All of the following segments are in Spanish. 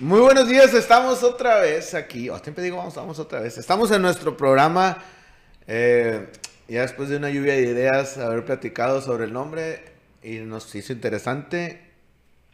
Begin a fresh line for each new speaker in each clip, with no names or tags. Muy buenos días, estamos otra vez aquí. Oh, siempre digo, vamos, vamos otra vez. Estamos en nuestro programa. eh, ya después de una lluvia de ideas, haber platicado sobre el nombre y nos hizo interesante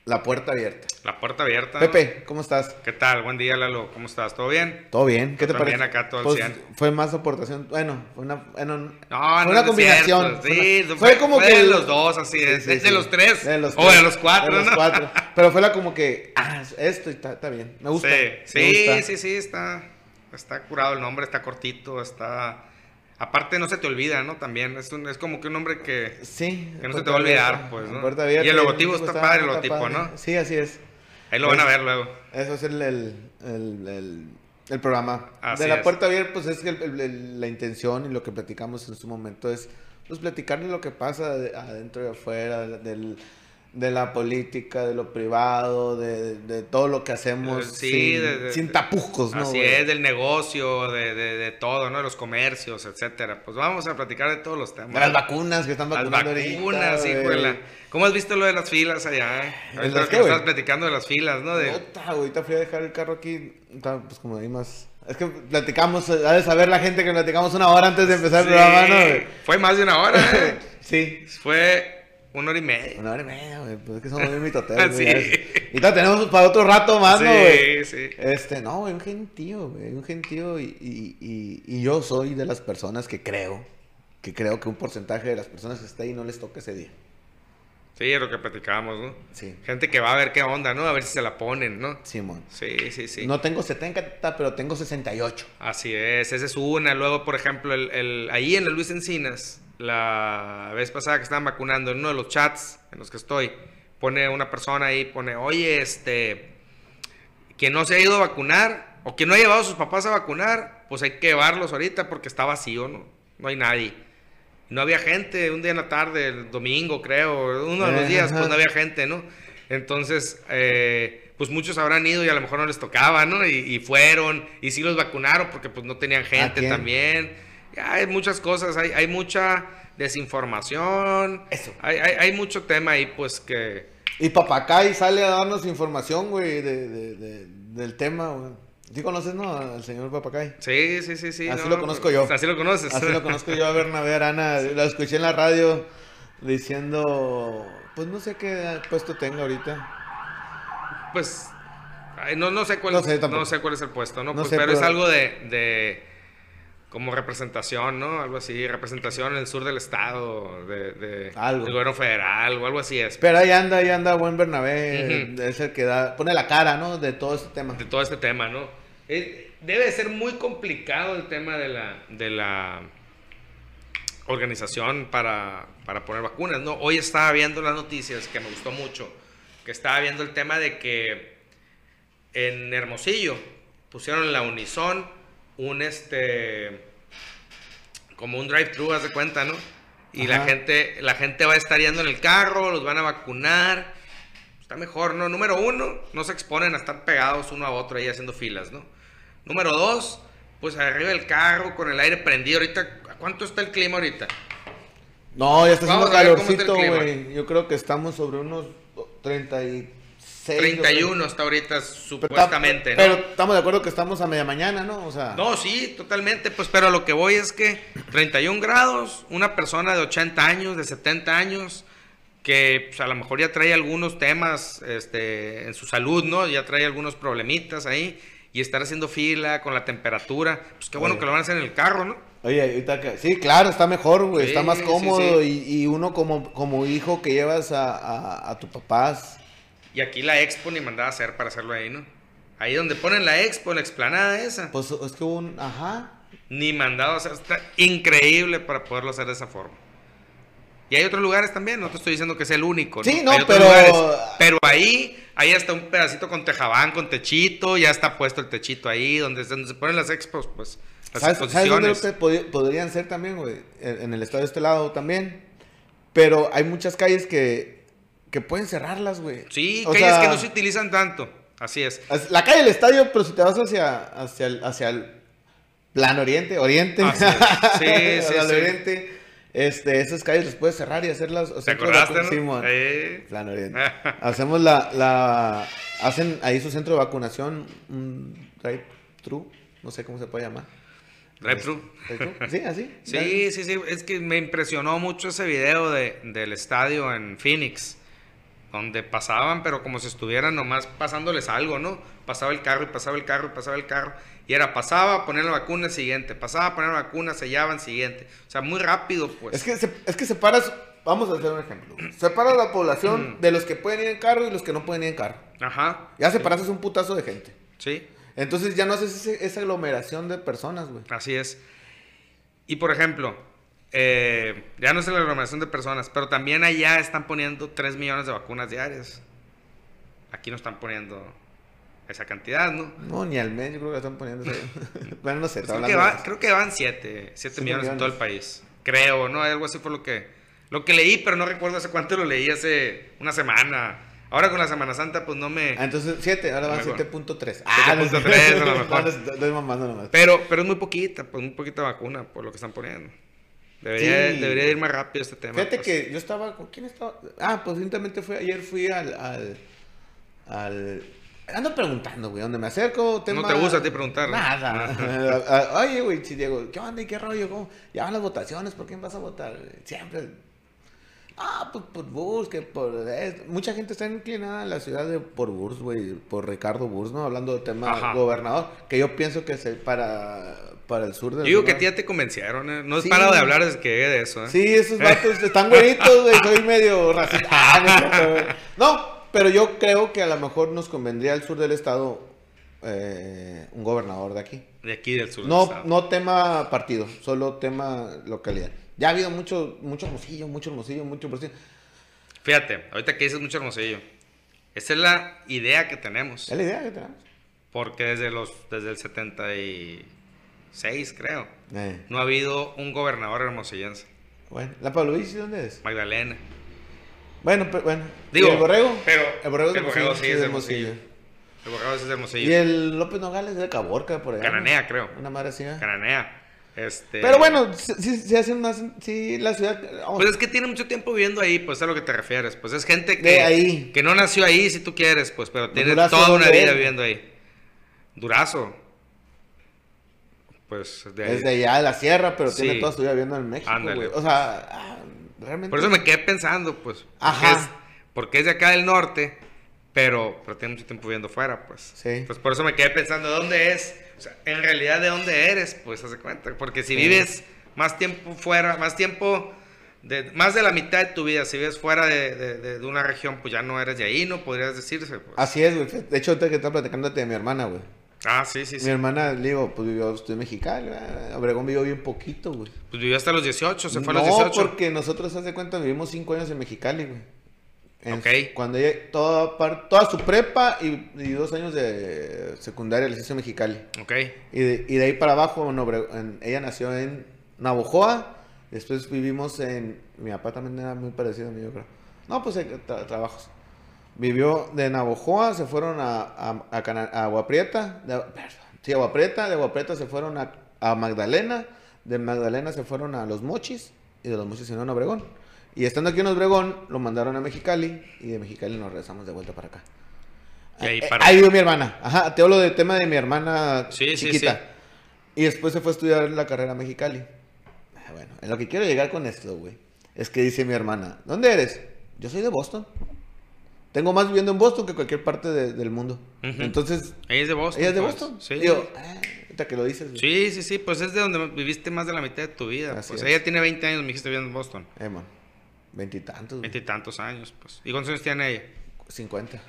la puerta abierta.
La puerta abierta.
Pepe, ¿cómo estás?
¿Qué tal? Buen día, Lalo. ¿Cómo estás? ¿Todo bien?
¿Todo bien? ¿Qué te
Yo también
parece?
acá todo al
Pues,
100.
Fue más aportación. Bueno, fue una, bueno,
No,
fue
no
una
es
combinación.
cierto,
fue
sí,
una-
fue, como que de los dos, así
Sí,
es.
sí,
es de
sí.
los tres.
De los
O de
tres.
los cuatro,
De los
¿no?
cuatro. Pero fue la como que, ah, esto y está, está bien. Me gusta.
Sí,
me
sí,
gusta.
sí, sí, está, está curado el nombre, está cortito, está... Aparte no se te olvida, ¿no? También es, un- es como que un nombre que...
Sí.
Que no
puerta
se te va a olvidar,
abierta,
pues, ¿no?
puerta abierta,
Y el logotipo
logotipo
está padre, el
está
logotipo,
padre.
¿no?
Sí, así es.
Ahí lo van a
Pues-
ver luego.
Eso es el, el, el, el- el programa.
Así
de la
es.
puerta abierta, pues es que el- el- el- la intención y lo que platicamos en su momento es pues platicarle lo que pasa de- adentro y afuera, de- del, de la política, de lo privado, de, de todo lo que hacemos
Eh, sí,
sin,
de- de-
sin tapujos, pues ¿no?
Así
güey?
es, del negocio, de, de, de todo, ¿no? De los comercios, etcétera. Pues vamos a platicar de todos los temas.
De las vacunas que están
Las
vacunando ahorita,
vacunas,
güey.
híjole. ¿Cómo has visto lo de las filas allá?
¿En
Ahorita
las
que
qué, güey?
me estabas platicando de las filas, ¿no? De,
Puta, güey, ahorita fui a dejar el carro aquí, está, pues como ahí más... Es que platicamos, eh, ha de saber la gente que platicamos una hora antes de empezar
Sí,
el pues, programa, ¿no? güey?
Fue más de una hora, ¿eh?
Sí.
Fue una hora y media.
Una hora y media, güey. Pues es que somos bien mitoteros,
Sí.
güey. ya Y ta, tenemos para otro rato más, ¿no, güey?
sí, sí.
Este, no, güey, un gentío, güey. Un gentío y, y- y- y yo soy de las personas que creo, que creo que un porcentaje de las personas que está ahí no les toca ese día.
Sí, es lo que platicábamos, ¿no?
Sí.
Gente que va a ver qué onda, ¿no? A ver si se la ponen, ¿no?
Simón.
Sí, sí, sí.
No tengo 70, ta, pero tengo 68.
Así es, esa es una. Luego, por ejemplo, el, el- ahí en la Luis Encinas, la vez pasada que estaban vacunando, en uno de los chats en los que estoy, pone una persona ahí, pone, oye, este, que no se ha ido a vacunar o que no ha llevado a sus papás a vacunar, pues hay que llevarlos ahorita porque está vacío, ¿no? No hay nadie. No había gente, un día en la tarde, el domingo creo, uno de los
Ajá.
días, pues no había gente, ¿no? Entonces, eh, pues muchos habrán ido y a lo mejor no les tocaba, ¿no? Y, y fueron, y sí los vacunaron porque pues no
Ah,
tenían gente
quién?
también. Ya Hay muchas cosas, hay, hay mucha desinformación.
Eso.
Hay, hay- hay mucho tema ahí, pues que...
Y Papacay sale a darnos información, güey, de, de- de- del tema, güey. ¿Sí conoces, no, al señor Papacay?
Sí, sí, sí,
Así
sí. no, pues,
lo conozco yo.
Así lo conoces.
Así lo conozco yo a Bernabé Arana. Lo escuché en la radio diciendo, pues no sé qué puesto tenga ahorita.
Pues, ay, no, no, sé cuál,
No
no,
sé
sé
tampoco.
cuál es el puesto, ¿no?
No
Pues,
sé,
pero, es
pero-
algo de, de como representación, ¿no? Algo así, representación en el sur del estado, de, de-
Algo.
del gobierno federal o algo así es.
Pero ahí anda, ahí anda buen Bernabé.
Ujú.
Es el que da, pone la cara, ¿no? De todo este tema.
De todo este tema, ¿no? Eh, Debe de ser muy complicado el tema de la, de la organización para, para poner vacunas, ¿no? Hoy estaba viendo las noticias que me gustó mucho, que estaba viendo el tema de que en Hermosillo pusieron en la Unison un este como un drive-thru, haz de cuenta, ¿no? Y la
Ajá.
gente, la gente va a estar yendo en el carro, los van a vacunar. Está mejor, ¿no? Número uno, no se exponen a estar pegados uno a otro ahí haciendo filas, ¿no? Número dos, pues arriba del carro con el aire prendido. Ahorita, ¿a cuánto está el clima ahorita?
No, ya está haciendo
Vamos a ver cómo está el
calorcito,
clima.
güey. Yo creo que estamos sobre unos 36. yo creo.
31 está ahorita
Pero está-
supuestamente, ¿no?
Pero estamos de acuerdo que estamos a media mañana, ¿no? O sea,
Ah. No, sí, totalmente, pues, pero a lo que voy es que 31 grados, una persona de 80 años, de 70 años, que pues, a lo mejor ya trae algunos temas este, en su salud, ¿no? Ya trae algunos problemitas ahí, y estar haciendo fila con la temperatura, pues qué bueno
Oye.
que lo van a hacer en el carro, ¿no?
Oye, ahorita que... Sí, claro, está mejor, güey. está
Sí,
más
sí,
cómodo.
sí.
Y, y uno como, como hijo que llevas a, a, a tu papás.
Y aquí la expo ni mandaba a hacer para hacerlo ahí, ¿no? Ahí donde ponen la expo, la explanada esa,
Pues es que hubo un... Ajá.
ni mandado a hacer, está increíble para poderlo hacer de esa forma. Y hay otros lugares también, no te estoy diciendo que es el único.
Sí, no,
Hay otros
pero-
pero ahí, ahí hasta un pedacito con tejabán, con techito, ya está puesto el techito ahí, donde, donde se ponen las expos, pues, las
¿Sabes, ¿sabes dónde
exposiciones.
te pod- podrían ser también, güey? En, en el estado de este lado también. Pero hay muchas calles que, que pueden cerrarlas, güey.
Sí,
O
calles
sea, Pues
que no se utilizan tanto, así es.
as- La calle del estadio, pero si te vas hacia, hacia, el, hacia el plan oriente, oriente.
Así es. Sí, sí,
Hacia el
sí.
oriente. Este, esas calles las puedes cerrar y hacerlas.
¿Te
centros de
acordaste,
vacu-
no?
Simón.
Eh,
Plan oriente. Hacemos la, la, Hacen ahí su centro de vacunación, un drive-thru, no sé cómo se puede llamar.
Drive-thru.
¿Drive-thru? Sí, así.
Sí, sí, sí. Es que me impresionó mucho ese video de- del estadio en Phoenix, donde pasaban, pero como si estuvieran nomás pasándoles algo, ¿no? Pasaba el carro y pasaba el carro y pasaba el carro. Y era, pasaba, poner la vacuna, siguiente. Pasaba, poner la vacuna, sellaban, siguiente. O sea, muy rápido, pues.
Es que, se, es que separas, vamos a hacer un ejemplo. Separas la población de los que pueden ir en carro y los que no pueden ir en carro.
Ajá,
Ya separaste un putazo de gente.
sí.
Entonces ya no haces ese- esa aglomeración de personas, güey.
Así es. Y por ejemplo, eh, ya no es la aglomeración de personas, pero también allá están poniendo 3 millones de vacunas diarias. Aquí no están poniendo esa cantidad, ¿no?
No, ni al mes, yo creo que están poniendo. ese- bueno, no sé, está
Creo que,
hablando.
va- creo que van 7,
Siete
millones en
millones.
todo el país. Creo, ¿no? Algo así fue lo que, lo que leí, pero no recuerdo hace cuánto lo leí, hace una semana. Ahora con la Semana Santa, pues no me...
Ah, entonces 7, ahora van
Mejor.
7.3.
7.3 a lo mejor.
No, no, estoy mamando nomás.
Pero, pero es muy poquita, pues muy poquita vacuna por lo que están poniendo. Debería,
Sí.
debería ir más rápido este tema.
Fíjate
pues.
que yo estaba, ¿con quién estaba? Ah, pues simplemente fue, ayer fui al, al, al- ando preguntando, güey, ¿dónde me acerco? Tema-
te gusta a ti preguntar, ¿no?
Nada. Ah, Oye, güey, si Diego, ¿qué onda y qué rollo? ¿Cómo? Ya van las votaciones, ¿por quién vas a votar? Siempre. Ah, pues por Burs, que por... esto. Mucha gente está inclinada en la ciudad de, por Burs, güey, por Ricardo Burs, ¿no? Hablando del tema
Ajá.
gobernador, que yo pienso que es el para, para el sur
Yo
del...
digo que a
sur-
ti ya te convencieron, ¿eh? No es
Sí.
para de hablar desde que llegué de eso, ¿eh?
Sí, esos vatos están güeritos, güey. Soy medio racista. Ah, no, es cierto, güey. No, pero yo creo que a lo mejor nos convendría al sur del estado eh, un gobernador de aquí.
De aquí del sur. del
No,
estado.
no tema partido, solo tema localidad. Ya ha habido mucho, mucho hermosillo, mucho hermosillo, mucho hermosillo.
Fíjate, ahorita que dices mucho hermosillo. Esa es la idea que tenemos.
Es la idea que tenemos.
Porque desde, los, desde el 76, creo,
Eh,
no ha habido un gobernador hermosillense.
bueno, ¿la Pablo Vici dónde es?
Magdalena.
Bueno, pero bueno.
Digo,
¿Y el borrego?
pero-
el borrego, es
el borrego
Hermosillo,
sí es de Hermosillo. El gobernador es de
Y
hermosillo.
el López Nogales es de Caborca, por allá. ¿no?
Cananea, creo.
Una madre así. ¿eh?
Cananea. Este,
Pero bueno, sí, sí- sí hacen más. Sí, la ciudad. vamos,
Pues es que tiene mucho tiempo viviendo ahí, pues es a lo que te refieres. Pues es gente que,
De ahí.
que no nació ahí, si tú quieres, pues, pero tiene
Durazo,
toda una
¿dónde
vida
es?
viviendo ahí. Durazo. Pues de ahí.
desde allá de la sierra, pero
Sí.
tiene toda su vida viviendo en México.
Ándale.
güey. O sea, ah, realmente.
Por eso me quedé pensando, pues. porque
Ajá.
es- porque es de acá del norte, pero, pero tiene mucho tiempo viviendo fuera, pues.
Sí.
Pues por eso me quedé pensando, ¿dónde es? O sea, en realidad, ¿de dónde eres? Pues, hace cuenta. Porque si
Sí.
vives más tiempo fuera, más tiempo, de, más de la mitad de tu vida, si vives fuera de, de- de- de una región, pues ya no eres de ahí, ¿no? Podrías decirse, pues. Ah,
Así es, güey. De hecho, ahorita que estaba platicándote de mi hermana, güey.
sí, sí,
Mi
sí.
hermana, le digo, pues vivió, estoy mexicano. ah, Obregón vivió bien poquito, güey.
Pues vivió hasta los 18, se fue a
no,
los 18.
porque nosotros, hace cuenta, vivimos cinco años en Mexicali, güey. En-
Ok.
Cuando ella, toda, par- toda su prepa y, y dos años de secundaria les hizo en Mexicali.
Ok.
Y de, y de ahí para abajo, en Obre- en- ella nació en Navojoa. Después vivimos en. Mi papá también era muy parecido a mí, yo creo. No, pues eh, tra- trabajos. Vivió de Navojoa, se fueron a, a, a, Cana- a Agua Prieta. De, perdón, sí, Agua Prieta. De Agua Prieta se fueron a, a Magdalena. De Magdalena se fueron a Los Mochis. Y de Los Mochis se fueron a Obregón. Y estando aquí en Obregón, lo mandaron a Mexicali. Y de Mexicali nos regresamos de vuelta para acá.
Y ahí
Eh,
para-
ahí vivió mi hermana. Ajá, te hablo del tema de mi hermana
Sí, sí,
chiquita.
sí.
Y después se fue a estudiar la carrera a Mexicali. Ah, Bueno, en lo que quiero llegar con esto, güey, es que dice mi hermana, ¿dónde eres? Yo soy de Boston. Tengo más viviendo en Boston que cualquier parte de- del mundo.
Ujú.
Entonces,
Ella es de Boston.
¿ella es de
pues.
Boston?
Sí.
Digo, ah, ahorita que lo dices. güey.
Sí, sí, sí, pues es de donde viviste más de la mitad de tu vida.
Así
pues
es.
ella tiene 20 años, me dijiste viviendo en Boston.
Eh, man, veintitantos. güey.
Veintitantos años, pues. ¿Y cuántos años tiene ella?
50.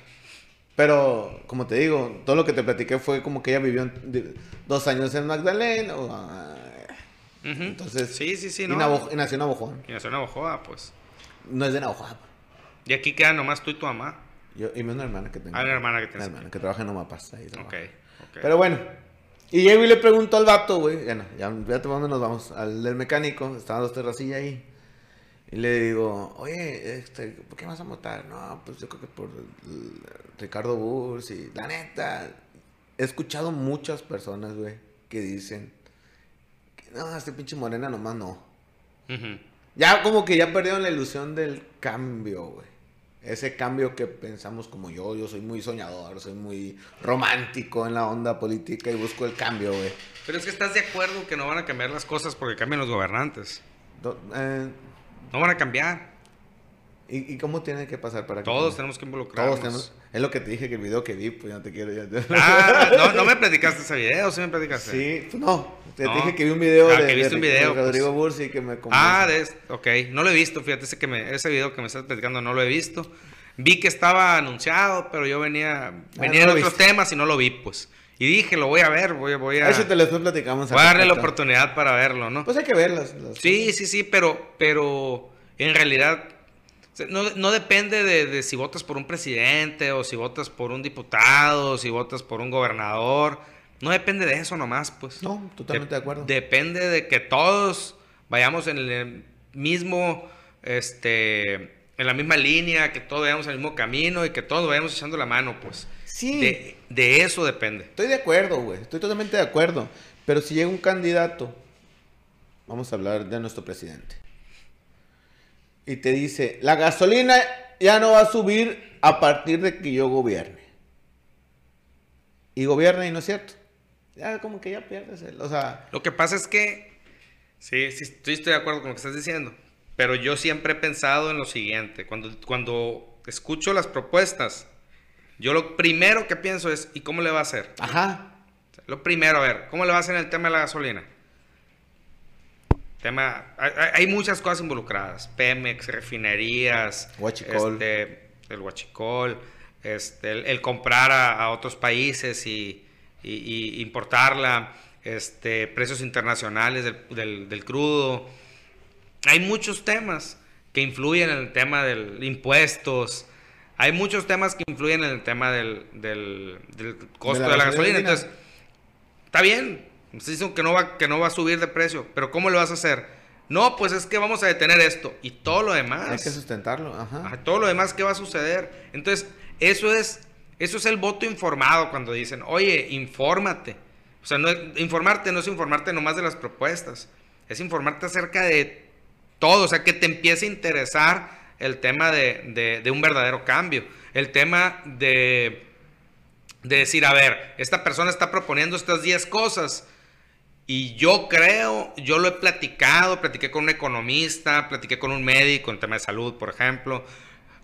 Pero, como te digo, todo lo que te platiqué fue como que ella vivió en- de- dos años en Magdalena. o, ah,
Ujú.
Entonces,
Sí, sí, sí,
y
¿no?
Navo- y nació en Navajoa.
Y nació en Navojoa, pues.
No es de Navajoa.
Y aquí queda nomás tú y tu mamá.
Yo, y una hermana que tengo.
Ah, una hermana que
Una
tienes.
hermana que trabaja en Omapas. Ahí
Ok,
trabaja.
ok.
Pero bueno. Y llego y le pregunto al vato, güey. Ya no, ya, ya te dónde nos vamos. Al del mecánico, estaban dos terracillas ahí. Y le digo, oye, este, ¿por qué vas a votar? No, pues yo creo que por el- Ricardo Burs y la neta. He escuchado muchas personas, güey, que dicen que no, este pinche morena nomás no.
Ujú.
Ya como que ya perdieron la ilusión del cambio, güey. ese cambio que pensamos como yo, yo soy muy soñador, soy muy romántico en la onda política y busco el cambio, güey.
Pero es que estás de acuerdo que no van a cambiar las cosas porque cambian los gobernantes.
Do- eh,
No van a cambiar.
¿y, y cómo tiene que pasar para que
Todos
cambie?
tenemos que
Todos
involucrarnos.
tenemos. Es lo que te dije que el video que vi, pues ya te quiero. ya te-
Ah, no, no me platicaste ese video, sí me platicaste.
Sí, tú no. Te
No.
dije que vi un video
Ah,
de,
que viste
de
un
Ricardo
video, pues.
Rodrigo Bursi que me convenció.
Ah, de es- ok. No lo he visto, fíjate, ese, que me, ese video que me estás platicando no lo he visto. Vi que estaba anunciado, pero yo venía, venía
Ah, no lo
en otros
viste.
temas y no lo vi, pues. Y dije, lo voy a ver, voy, voy a,
Eso te lo después platicamos.
voy a darle la
al respecto.
oportunidad para verlo, ¿no?
Pues hay que verlas. las-
Sí, sí, sí, pero, pero en realidad o sea, no, no depende de, de si votas por un presidente o si votas por un diputado o si votas por un gobernador. No depende de eso nomás, pues.
No, totalmente de acuerdo.
Depende de que todos vayamos en el mismo, este, en la misma línea, que todos vayamos al mismo camino y que todos vayamos echando la mano, pues.
Sí.
De, de eso depende.
Estoy de acuerdo, güey. Estoy totalmente de acuerdo. Pero si llega un candidato, vamos a hablar de nuestro presidente, y te dice, la gasolina ya no va a subir a partir de que yo gobierne. Y gobierna y no es cierto. Ya como que ya pierdes el... O sea,
Lo que pasa es que, sí, sí, estoy, estoy de acuerdo con lo que estás diciendo, pero yo siempre he pensado en lo siguiente, cuando, cuando escucho las propuestas, yo lo primero que pienso es, ¿y cómo le va a hacer?
ajá.
O sea, Lo primero, a ver, ¿cómo le va a hacer en el tema de la gasolina? Tema, hay, hay- hay muchas cosas involucradas, Pemex, refinerías,
Huachicol.
este, el huachicol, este, el, el comprar a, a otros países y, y- y importarla, este, precios internacionales del, del- del crudo. Hay muchos temas que influyen en el tema del impuestos. Hay muchos temas que influyen en el tema del, del- del costo de la, gasolina. Entonces, está bien. Nos dicen que no, va, que no va a subir de precio, pero ¿cómo lo vas a hacer? No, pues es que vamos a detener esto y todo lo demás.
Hay que sustentarlo, ajá.
Ajá, todo lo demás que va a suceder. Entonces, eso es, eso es el voto informado cuando dicen, oye, infórmate. O sea, no, es- informarte no es informarte nomás de las propuestas, es informarte acerca de todo, o sea, que te empiece a interesar el tema de, de- de un verdadero cambio, el tema de, de decir, a ver, esta persona está proponiendo estas 10 cosas. Y yo creo, yo lo he platicado, platiqué con un economista, platiqué con un médico en tema de salud, por ejemplo.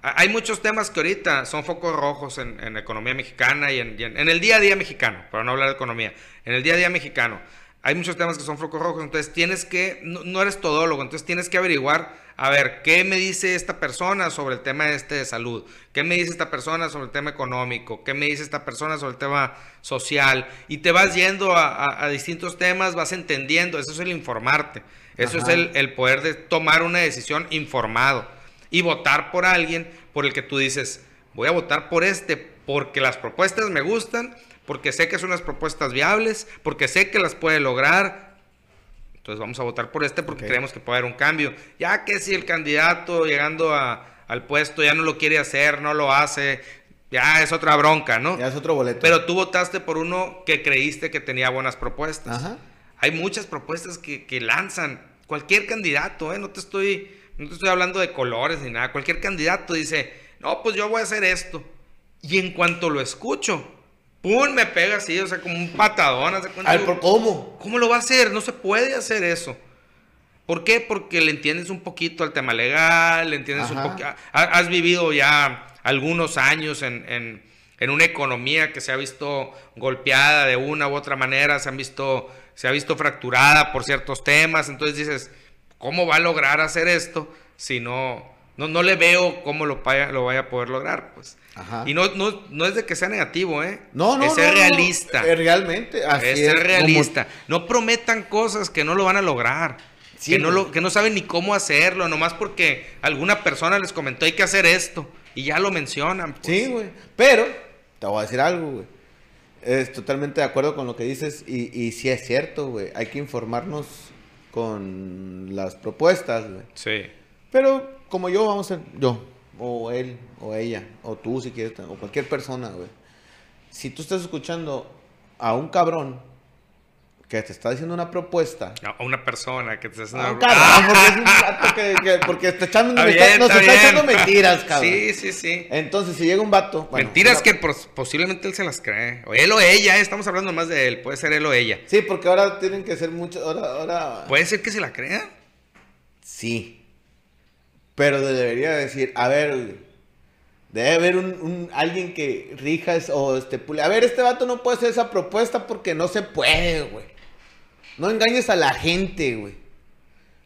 Ha- Hay muchos temas que ahorita son focos rojos en, en economía mexicana y, en, y en- en el día a día mexicano, para no hablar de economía, en el día a día mexicano. Hay muchos temas que son focos rojos, entonces tienes que, no, no eres todólogo, entonces tienes que averiguar, a ver, ¿qué me dice esta persona sobre el tema este de salud? ¿Qué me dice esta persona sobre el tema económico? ¿Qué me dice esta persona sobre el tema social? Y te vas yendo a, a- a distintos temas, vas entendiendo, eso es el informarte, eso
Ajá.
es el, el poder de tomar una decisión informado y votar por alguien por el que tú dices, voy a votar por este porque las propuestas me gustan, porque sé que son las propuestas viables, porque sé que las puede lograr. Entonces vamos a votar por este porque
Ok.
creemos que puede haber un cambio. Ya que si el candidato llegando a- al puesto ya no lo quiere hacer, no lo hace, ya es otra bronca, ¿no?
Ya es otro boleto.
Pero tú votaste por uno que creíste que tenía buenas propuestas.
Ajá.
Hay muchas propuestas que, que lanzan. Cualquier candidato, ¿eh? no, te estoy, no te estoy hablando de colores ni nada. Cualquier candidato dice, no, pues yo voy a hacer esto. Y en cuanto lo escucho, ¡pum! Me pega así, o sea, como un patadón. haz de cuenta.
Ay, ¿por ¿cómo?
¿Cómo lo va a hacer? No se puede hacer eso. ¿Por qué? Porque le entiendes un poquito al tema legal, le entiendes un
Ajá.
poquito... Has vivido ya algunos años en, en- en una economía que se ha visto golpeada de una u otra manera, se, han visto, se ha visto fracturada por ciertos temas, entonces dices, ¿cómo va a lograr hacer esto si no... No, no le veo cómo lo vaya, lo vaya a poder lograr, pues.
Ajá.
Y no, no, no es de que sea negativo, ¿eh?
No, no,
Es
no,
ser
no, no.
realista.
Eh, Realmente, así
Es
es.
ser
como-
realista. No prometan cosas que no lo van a lograr.
Sí,
que, no
güey.
lo, que no saben ni cómo hacerlo, nomás porque alguna persona les comentó hay que hacer esto. Y ya lo mencionan. pues.
Sí, güey. Pero, te voy a decir algo, güey. Es totalmente de acuerdo con lo que dices y, y sí es cierto, güey. Hay que informarnos con las propuestas, güey.
Sí.
Pero como yo, vamos a yo, o él, o ella, o tú si quieres, o cualquier persona, güey. Si tú estás escuchando a un cabrón que te está diciendo una propuesta.
A una persona que te
Ah,
está haciendo.
cabrón, porque es un vato que, que- porque te echan-
Ah, Está
me
bien,
está- nos
está
está
bien.
echando mentiras, cabrón.
Sí, sí, sí.
Entonces, si llega un vato. bueno,
mentiras
una-
que pos- posiblemente él se las cree. O él o ella, eh, estamos hablando más de él. Puede ser él o ella.
Sí, porque ahora tienen que ser muchos. Ahora, ahora.
Puede ser que se la crean.
Sí. Pero debería decir, a ver, güey, debe haber un, un- alguien que rija es- o estipule. A ver, este vato no puede hacer esa propuesta porque no se puede, güey. No engañes a la gente, güey.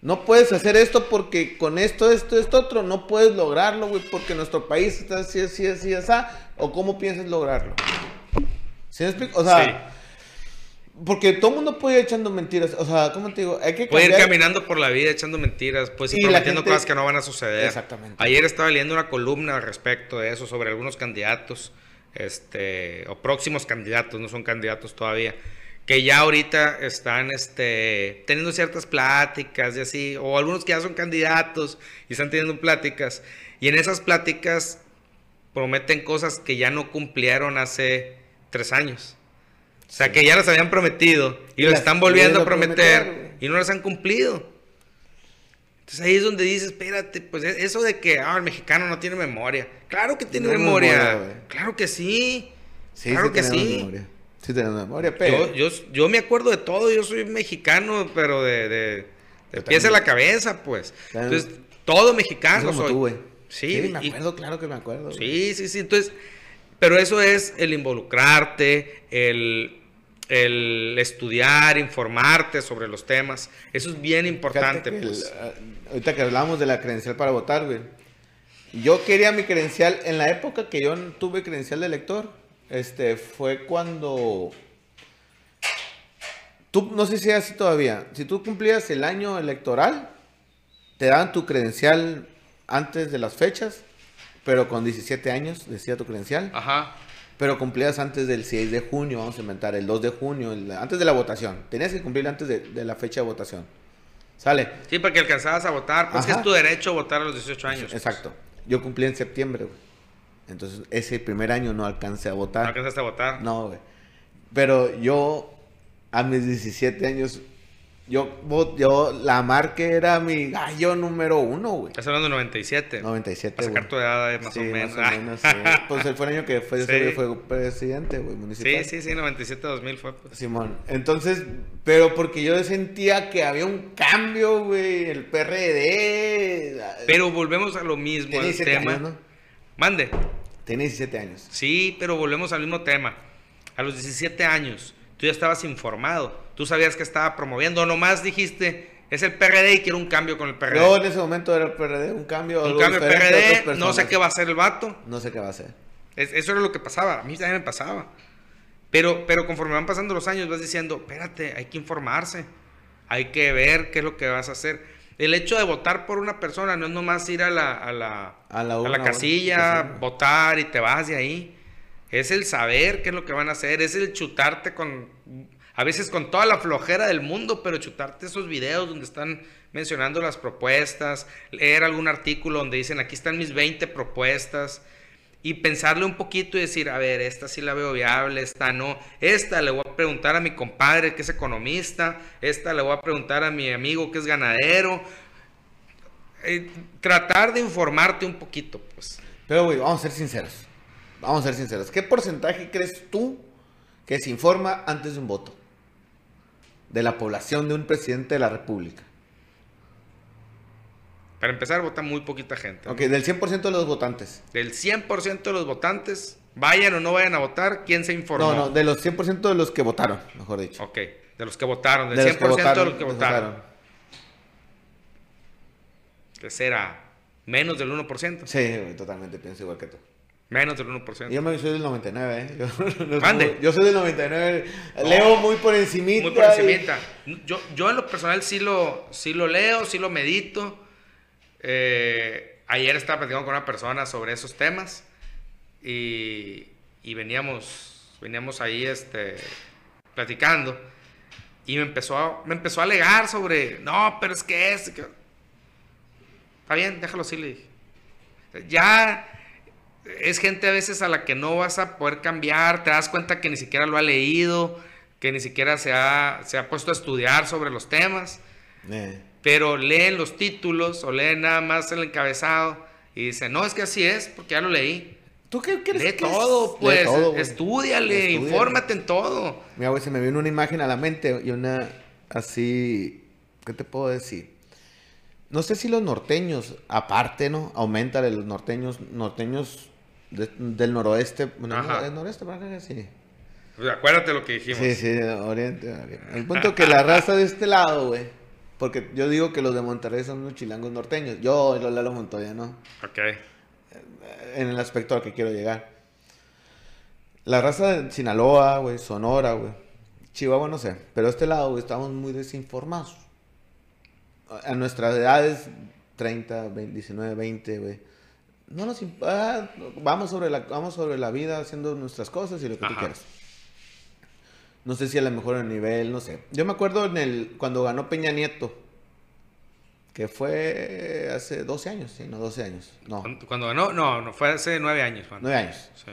No puedes hacer esto porque con esto, esto, esto, otro, no puedes lograrlo, güey, porque nuestro país está así, así, así, así. ¿O cómo piensas lograrlo? ¿Sí me explico? O sea, porque todo el mundo puede ir echando mentiras. O sea, ¿cómo te digo? Hay que
Puede ir
cambiar-
caminando por la vida echando mentiras, pues y
Y la
prometiendo
gente-
cosas que no van a suceder.
Exactamente.
Ayer estaba leyendo una columna al respecto de eso, sobre algunos candidatos, este, o próximos candidatos, no son candidatos todavía, que ya ahorita están este, teniendo ciertas pláticas y así, o algunos que ya son candidatos y están teniendo pláticas. Y en esas pláticas prometen cosas que ya no cumplieron hace tres años. O sea, que ya las habían prometido y,
Y
lo
las
están volviendo a
volvieron a
prometer,
prometer, güey.
y no las han cumplido. Entonces ahí es donde dices, espérate, pues e- eso de que ah, el mexicano no tiene memoria. Claro que tiene
Tenemos
memoria.
memoria, güey.
claro que sí.
Sí,
claro
sí
que
tenemos
sí.
memoria. Sí tenemos memoria, pero...
Yo, yo, yo me acuerdo de todo, yo soy mexicano, pero de, de, de
Yo
pies a
también.
la cabeza, pues.
También.
Entonces, todo
Es
mexicano
como
soy.
tú, güey.
Sí,
me
y-
acuerdo, claro que me acuerdo. güey.
Sí, sí, sí. Entonces, pero eso es el involucrarte, el, el estudiar, informarte sobre los temas. Eso es bien
Fíjate
importante.
que el-
pues.
ah, ahorita que hablamos de la credencial para votar, güey. Yo quería mi credencial, en la época que yo no tuve credencial de elector, este, fue cuando... Tú, no sé si es así todavía, si tú cumplías el año electoral, te daban tu credencial antes de las fechas, pero con 17 años decía tu credencial.
Ajá.
Pero cumplías antes del 6 de junio, vamos a inventar, el 2 de junio, el- antes de la votación. Tenías que cumplir antes de, de la fecha de votación. ¿Sale?
Sí, porque alcanzabas a votar. Pues que
Ajá.
es tu derecho votar a los 18 años. pues.
Exacto. Yo cumplí en septiembre, güey. Entonces, ese primer año no alcancé a
No
votar.
alcanzaste a votar.
No, güey. Pero yo, a mis 17 años, yo, vo- yo la marca era mi gallo número uno, güey.
Estás hablando de 97.
97,
Para sacar
güey.
tu edad eh, más
Sí,
o menos.
Más o menos, sí. Pues el fue el año que fue, ese
Sí.
güey fue presidente, güey,
sí,
municipal.
Ah, sí, sí, 97-2000 fue. Pues.
Simón, entonces, pero porque yo sentía que había un cambio, güey, el PRD.
Pero volvemos a lo mismo,
tenía
al
17
tema.
años, ¿no?
Mande.
Tenía 17 años.
Sí, pero volvemos al mismo tema. A los 17 años, tú ya estabas informado. Tú sabías que estaba promoviendo. Nomás dijiste, es el PRD y quiero un cambio con el PRD.
Yo en ese momento era el PRD, un cambio.
un
algo
cambio
diferente a otras
PRD,
personas.
no sé qué va a hacer el vato.
No sé qué va a hacer.
Es- eso era lo que pasaba. A mí también me pasaba. Pero, pero conforme van pasando los años, vas diciendo, espérate, hay que informarse. Hay que ver qué es lo que vas a hacer. El hecho de votar por una persona no es nomás ir a la, a la,
A la
a
urna,
la
bueno,
casilla,
casilla.
votar y te vas de ahí. Es el saber qué es lo que van a hacer, es el chutarte con, a veces con toda la flojera del mundo, pero chutarte esos videos donde están mencionando las propuestas, leer algún artículo donde dicen, aquí están mis 20 propuestas, y pensarle un poquito y decir, a ver, esta sí la veo viable, esta no, esta le voy a preguntar a mi compadre que es economista, esta le voy a preguntar a mi amigo que es ganadero. Eh, tratar de informarte un poquito, pues.
Pero, güey, vamos a ser sinceros. Vamos a ser sinceros. ¿Qué porcentaje crees tú que se informa antes de un voto? De la población de un presidente de la República.
Para empezar, vota muy poquita gente. ¿no?
Ok, del 100% de los votantes.
Del 100% de los votantes, vayan o no vayan a votar, ¿quién se informó?
No, no, de los 100% de los que votaron, mejor dicho.
Ok, de los que votaron, del
De
100% de los que votaron. Que será menos del 1%.
Sí, güey, totalmente, pienso igual que tú.
Menos del 1%.
Yo me- soy del 99, ¿eh? Yo, no soy-
Mande.
yo soy del 99. Leo muy por encimita.
Muy por
y-
encimita. Yo, yo en lo personal sí lo, sí lo leo, sí lo medito. Eh, ayer estaba platicando con una persona sobre esos temas y, y veníamos, veníamos ahí este, platicando y me empezó, a, me empezó a alegar sobre, no, pero es que es... que-". Está bien, déjalo así, le dije. Ya es gente a veces a la que no vas a poder cambiar, te das cuenta que ni siquiera lo ha leído, que ni siquiera se ha, se ha puesto a estudiar sobre los temas,
Eh,
pero leen los títulos o leen nada más el encabezado y dicen, no, es que así es, porque ya lo leí.
¿Tú qué crees
Lee
que es?
todo,
Lee
pues,
todo, güey.
estúdiale,
Estúdiale.
infórmate en todo.
Mira, güey, se me vino una imagen a la mente y una así. ¿Qué te puedo decir? No sé si los norteños, aparte, ¿no? Aumentan los norteños, norteños de- del noroeste. Bueno,
Ajá.
¿Del noreste? ¿verdad que Sí.
Pues, acuérdate lo que dijimos.
Sí, sí, oriente, oriente. El punto que la raza de este lado, güey. Porque yo digo que los de Monterrey son unos chilangos norteños. Yo, yo Lalo Montoya, ¿no?
Ok.
En el aspecto al que quiero llegar. La raza de Sinaloa, güey, Sonora, güey. Chihuahua, no sé. Pero este lado, güey, estamos muy desinformados. A- A nuestras edades, 30, 20, 19, 20, güey. No nos imp- ah, vamos sobre la Vamos sobre la vida haciendo nuestras cosas y lo que tú
Ajá.
quieras. No sé si a lo mejor el nivel, no sé. Yo me acuerdo en el cuando ganó Peña Nieto, que fue hace 12 años, sí, no, 12 años. No,
Cuando- Cuando ganó, no, no, fue hace nueve años, Juan.
9 años.
Sí.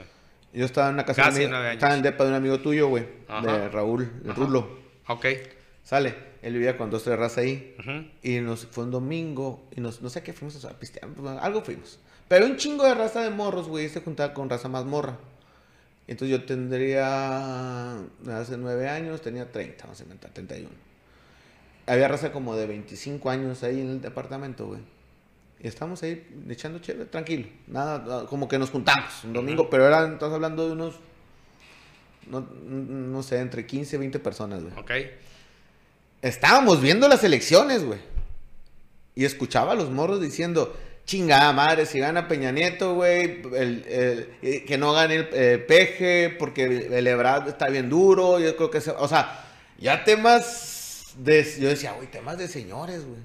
Yo estaba en una casa
Casi
de un amigo-
nueve años.
estaba en el depa de un amigo tuyo, güey,
Ajá.
de Raúl, de
Ajá.
Rulo.
Ok.
Sale, él vivía con dos tres razas ahí
Ujú.
y nos fue un domingo y nos no sé a qué fuimos a pistear, pues, algo fuimos. Pero un chingo de raza de morros, güey, se juntaba con raza más morra. Entonces yo tendría hace nueve años, tenía 30, vamos a inventar, 31. Había raza como de 25 años ahí en el departamento, güey. Y estábamos ahí echando chévere, tranquilo. Nada, nada, como que nos juntamos un domingo, pero eran, estás hablando de unos, no, no sé, entre 15 y 20 personas, güey.
Ok.
Estábamos viendo las elecciones, güey. Y escuchaba a los morros diciendo, chingada madre, si gana Peña Nieto, güey, el- el- eh, que no gane el eh, peje, porque el Ebrard está bien duro, yo creo que... se- o sea, ya temas de... Yo decía, güey, temas de señores, güey.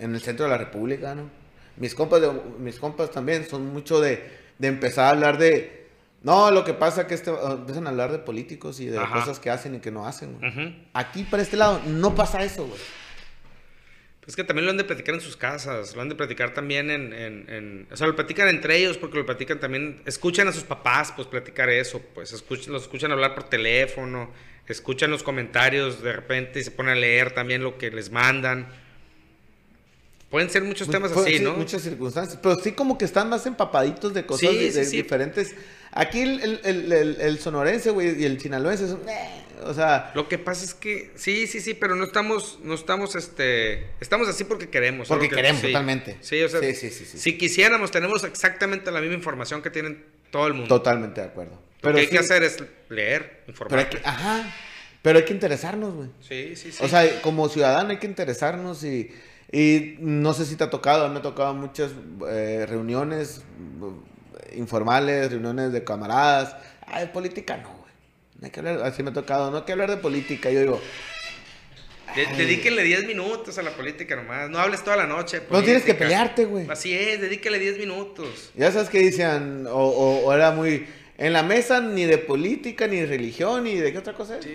En el centro de la República, ¿no? Mis compas, de- mis compas también son mucho de, de empezar a hablar de... No, lo que pasa que este, empiezan a hablar de políticos y de
Ajá.
cosas que hacen y que no hacen, güey.
Ujú.
Aquí para este lado no pasa eso, güey.
Es Pues que también lo han de platicar en sus casas, lo han de platicar también en, en- en- O sea, lo platican entre ellos porque lo platican también... Escuchan a sus papás, pues, platicar eso, pues, escuchan, los escuchan hablar por teléfono, escuchan los comentarios de repente y se ponen a leer también lo que les mandan. Pueden ser muchos temas
Pues,
así,
sí,
¿no?
Muchas circunstancias. Pero sí como que están más empapaditos de cosas
Sí,
de-
sí,
de
sí.
diferentes. Aquí el, el- el- el- el sonorense, güey, y el chinaloense son... "Eh", o sea,
Lo que pasa es que... Sí, sí, sí, pero no estamos... No estamos, este... Estamos así porque queremos.
Porque
algo que-
queremos,
sí.
totalmente.
Sí, o sea...
Sí, sí, sí, sí.
Si quisiéramos, tenemos exactamente la misma información que tienen todo el mundo.
totalmente de acuerdo.
lo que hay
sí-
que hacer es leer,
pero hay
informar.
que- ajá. Pero hay que interesarnos, güey.
Sí, sí, sí.
O sea, como ciudadano hay que interesarnos y, y no sé si te ha tocado, me ha tocado muchas eh, reuniones eh, informales, reuniones de camaradas. Ah, de política no, güey. No hay que hablar, así me ha tocado, no hay que hablar de política. Yo digo,
De- dedíquenle 10 minutos a la política nomás. No hables toda la noche. de
no tienes que
política.
pelearte, güey.
Así es, dedíquele 10 minutos.
Ya sabes que decían, o, o- o era muy, en la mesa ni de política, ni de religión, ni de qué otra cosa. es?
Sí,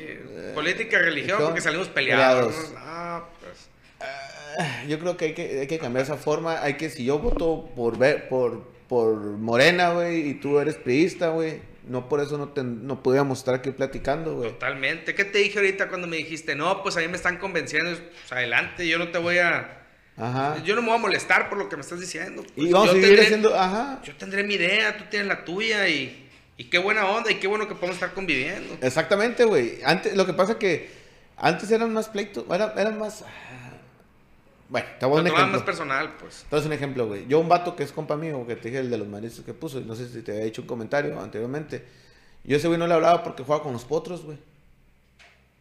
política, religión,
religión,
porque salimos peleados.
Eh, peleados.
¿no? Ah, pues.
Yo creo que hay que, hay que cambiar esa forma. Hay que, si yo voto por ver, por, por Morena, güey, y tú eres priista, güey, no por eso no, te, no podíamos estar aquí platicando, güey.
Totalmente. ¿Qué te dije ahorita cuando me dijiste? No, pues a mí me están convenciendo. Pues adelante, yo no te voy a.
Ajá.
Yo no me voy a molestar por lo que me estás diciendo. pues.
Ah. y vamos a
Yo
seguir
tendré-
haciendo, ajá.
Yo tendré mi idea, tú tienes la tuya y. Y qué buena onda y qué bueno que podemos estar conviviendo.
Eh, Exactamente, güey. Antes, lo que pasa que antes eran más pleitos, era- eran más... ah. Bueno, te voy a dar
Lo
un
tomaba más
ejemplo.
personal, pues.
Entonces, un ejemplo, güey. Yo, un vato que es compa mío, que te dije el de los mariscos que puso, y no sé si te había hecho un comentario anteriormente. Yo a ese güey no le hablaba porque jugaba con los potros, güey.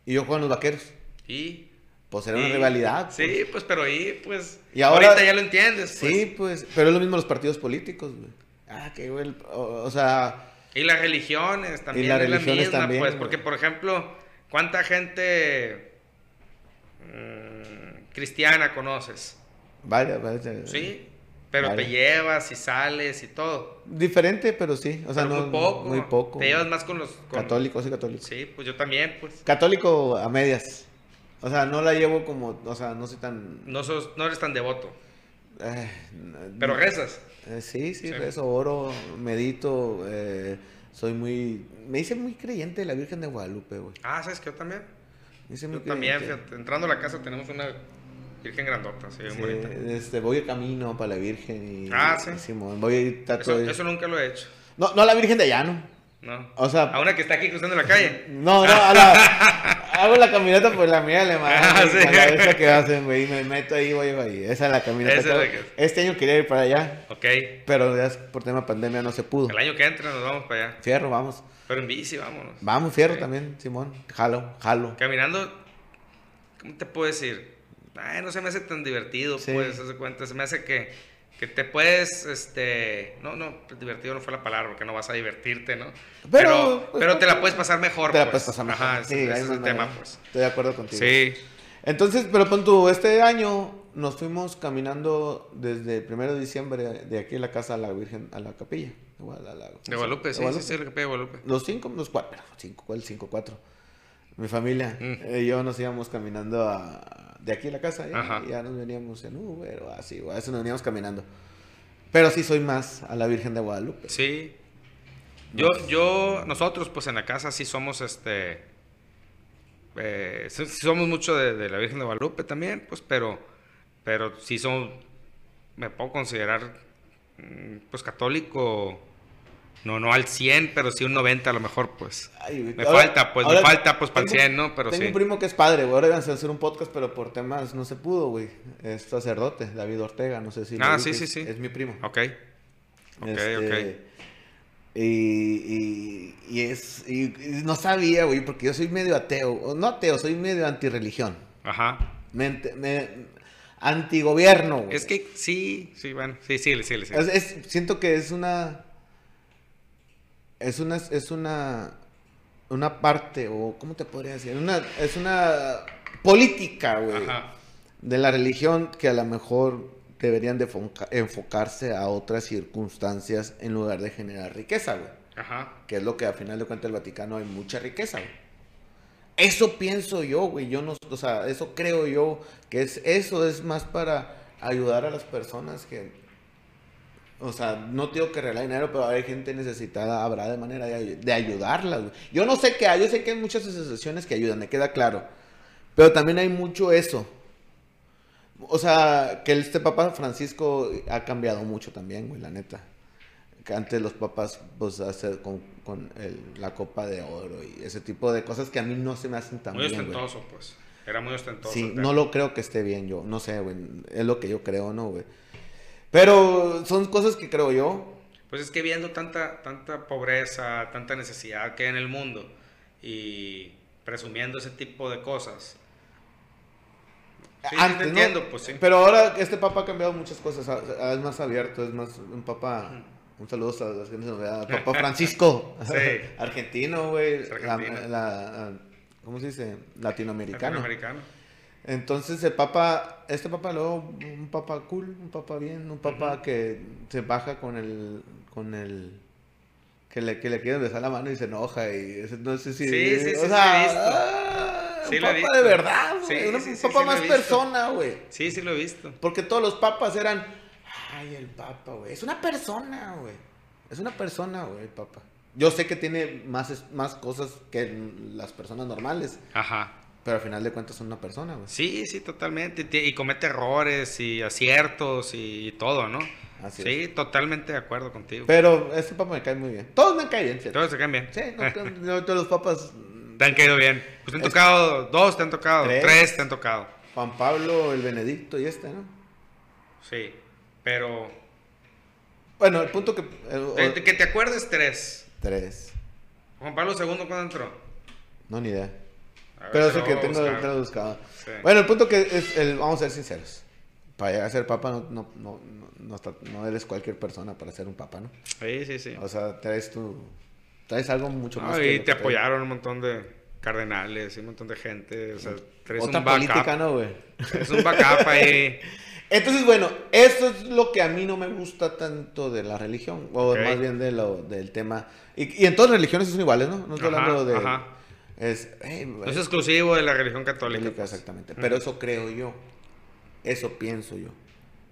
Y yo jugaba con los vaqueros.
Y
Pues era una
Sí.
rivalidad.
Sí, pues, pero ahí, pues.
Y ahora-
ahorita ya lo entiendes.
pues.
pues.
Sí, pues. Pero es lo mismo los partidos políticos, güey. Ah, que güey. el- O, o sea,
Y las religiones también.
Y las
es la
religiones
misma,
también,
Pues,
güey.
porque, por ejemplo, ¿cuánta gente mm, cristiana conoces?
vaya, vaya.
Sí. Pero
Vale.
te llevas y sales y todo.
Diferente, pero sí. O sea,
Pero
no,
muy poco.
Muy poco.
Te llevas más con los. con-
Católico, sí, católico.
Sí, pues yo también, pues.
Católico a medias. O sea, no la llevo como. O sea, no soy tan.
No, sos, no eres tan devoto.
eh,
Pero rezas.
Eh, sí, sí,
Sí.
rezo, oro, medito, eh, Soy muy. Me hice muy creyente de la Virgen de Guadalupe, güey.
Ah, ¿sabes que Yo también.
Me hice muy
Yo también,
creyente.
fíjate, entrando a la casa tenemos una virgen grandota, sí, bien
Sí,
bonita.
este, voy de camino para la Virgen y.
Ah, sí.
y Simón, voy a ir
Eso,
tatuado.
eso nunca lo he hecho,
No, no a la Virgen de allá, ¿no?
¿no?
O sea-
A una que está aquí cruzando la calle.
No, no, a la, hago la caminata por la mía alemana.
Ah,
güey,
sí.
a la esa que hacen, güey. y Me meto ahí, güey, güey. Esa es la caminata.
Esa es la
que hago. Este año quería ir para allá,
Ok,
pero ya es- por tema pandemia no se pudo.
el año que entra nos vamos para allá.
Fierro, vamos.
Pero en bici, vámonos.
Vamos, fierro
Sí.
también, Simón. Jalo, jalo.
Caminando, ¿cómo te puedo decir? Ay, no se me hace tan divertido,
Sí.
pues, haz de cuenta. Se me hace que, que te puedes, este... No, no, divertido no fue la palabra, porque no vas a divertirte, ¿no?
Pero,
Pero, pero,
pues,
te la puedes pasar mejor,
Te la
pues.
puedes pasar mejor.
Ajá, ese-
Sí,
ese
ahí
es
no,
el
no,
tema,
no.
pues.
Estoy de acuerdo contigo.
Sí.
Entonces, pero pon tú, este año nos fuimos caminando desde el primero de diciembre de aquí a la casa a la Virgen, a la capilla. De Guadal- a la-
De Guadalupe, sí, sí, sí, la capilla de Guadalupe.
Los cinco, los cuatro, cinco, ¿cuál? Cinco, cuatro. Mi familia
Mm.
eh, y yo nos íbamos caminando a- de aquí a la casa, ¿eh?
Ajá.
y ya nos veníamos en Uber o así, o a eso nos veníamos caminando. Pero sí soy más a la Virgen de Guadalupe.
Sí. Yo, yo, nosotros, pues en la casa sí somos este. eh, sí- sí somos mucho de, de la Virgen de Guadalupe también, pues, pero. Pero sí somos. Me puedo considerar. mm, Pues católico. No, no al 100, pero sí un 90 a lo mejor, pues.
Ay, güey,
Me falta, pues, me falta, pues, pa'l
tengo-
100, ¿no? Pero
tengo
sí.
un primo que es padre, güey. Ahora iban a hacer un podcast, pero por temas no se pudo, güey. Es sacerdote, David Ortega, no sé si. lo
Ah, sí,
ubiques.
sí, sí.
Es mi primo.
Ok. Ok, ok.
Este, Y, y, y es. Y, y no sabía, güey, porque yo soy medio ateo. o No ateo, soy medio antirreligión.
Ajá.
Me, ent- me- antigobierno, güey.
Es que sí, sí, bueno. Sí, sí, sí, sí. sí.
Es- es- siento que es una. Es una. Es una. Una parte, o ¿cómo te podría decir? Una, es una política, güey.
Ajá.
De la religión que a lo mejor deberían de fonca- enfocarse a otras circunstancias en lugar de generar riqueza, güey.
Ajá.
Que es lo que al final de cuentas el Vaticano hay mucha riqueza, güey. Eso pienso yo, güey. Yo no, o sea, eso creo yo que es eso es más para ayudar a las personas que o sea, no tengo que regalar dinero, pero hay gente necesitada, habrá de manera de, ay- de ayudarlas. güey. Yo no sé qué hay, yo sé que hay muchas asociaciones que ayudan, me queda claro. Pero también hay mucho eso. O sea, que este Papa Francisco ha cambiado mucho también, güey, la neta. Que antes los papas, pues, hacer con, con el- la copa de oro y ese tipo de cosas que a mí no se me hacen tan
Muy
bien, güey.
ostentoso, pues. Era muy ostentoso.
Sí,
el tema.
no lo creo que esté bien yo. No sé, güey. Es lo que yo creo, ¿no, güey? Pero son cosas que creo yo.
Pues es que viendo tanta, tanta pobreza, tanta necesidad que hay en el mundo y presumiendo ese tipo de cosas. Sí, sí te
Antes, ¿no?
entiendo, pues sí.
Pero ahora este papa ha cambiado muchas cosas. ah, Es más abierto, es más un papa. Un saludo a la gente novedad. Papa Francisco.
Sí.
Argentino, güey.
Es
La-
argentino.
la- ¿Cómo se dice? Latinoamericano.
Latinoamericano.
Entonces el papa, este papa luego, un papa cool, un papa bien, un papa que se baja con el, con el, que le, que le quieren besar la mano y se enoja y ese- no sé si,
Sí, sí, sí,
o
sí,
sea,
lo he visto.
ah,
Sí,
un
lo he
papa
visto.
de verdad,
Sí,
güey, un
sí, sí,
papa
sí, lo he
más
visto.
persona, güey,
Sí, sí lo he visto.
porque todos los papas eran, ay, el papa, güey, es una persona, güey, es una persona, güey, el papa. Yo sé que tiene más, es- más cosas que las personas normales,
Ajá.
pero al final de cuentas es una persona, güey.
Sí, sí, totalmente. Y te- Y comete errores y aciertos y todo, ¿no?
Así
sí, totalmente de acuerdo contigo.
Pero este papa me cae muy bien. Todos me caen bien, ¿cierto?
Todo se cambia.
Sí, no, no, no, todos los papas.
Te han caído bien. Pues te han
Es-
tocado dos, te han tocado
Tres.
tres, te han tocado.
Juan Pablo, el Benedicto y este, ¿no?
Sí, pero...
Bueno, el punto que. el- o-
te- que te acuerdes tres.
tres.
Juan Pablo II, ¿cuándo entró?
No, ni idea.
A ver,
Pero
se
es el
lo
que
voy a
tengo
buscar.
tengo buscado.
Sí.
Bueno, el punto que es. El, vamos a ser sinceros. Para llegar a ser papa, no, no, no, no, no está- no eres cualquier persona para ser un papa, ¿no?
Sí, sí, sí.
O sea, traes tu. Traes algo mucho más.
No,
Ah, que lo
y te
que traes.
apoyaron un montón de cardenales y un montón de gente. O sea, traes
Otra
un backup.
política, ¿no, güey?
traes un backup ahí.
Entonces, bueno, eso es lo que a mí no me gusta tanto de la religión, o
Ok.
más bien de lo, del tema. Y, y en todas las religiones son iguales, ¿no? No estoy
Ajá,
hablando de...
ajá.
Es, eh,
No
es
es exclusivo de la religión católica. pues.
católica, exactamente. Pero eso creo yo. Eso pienso yo.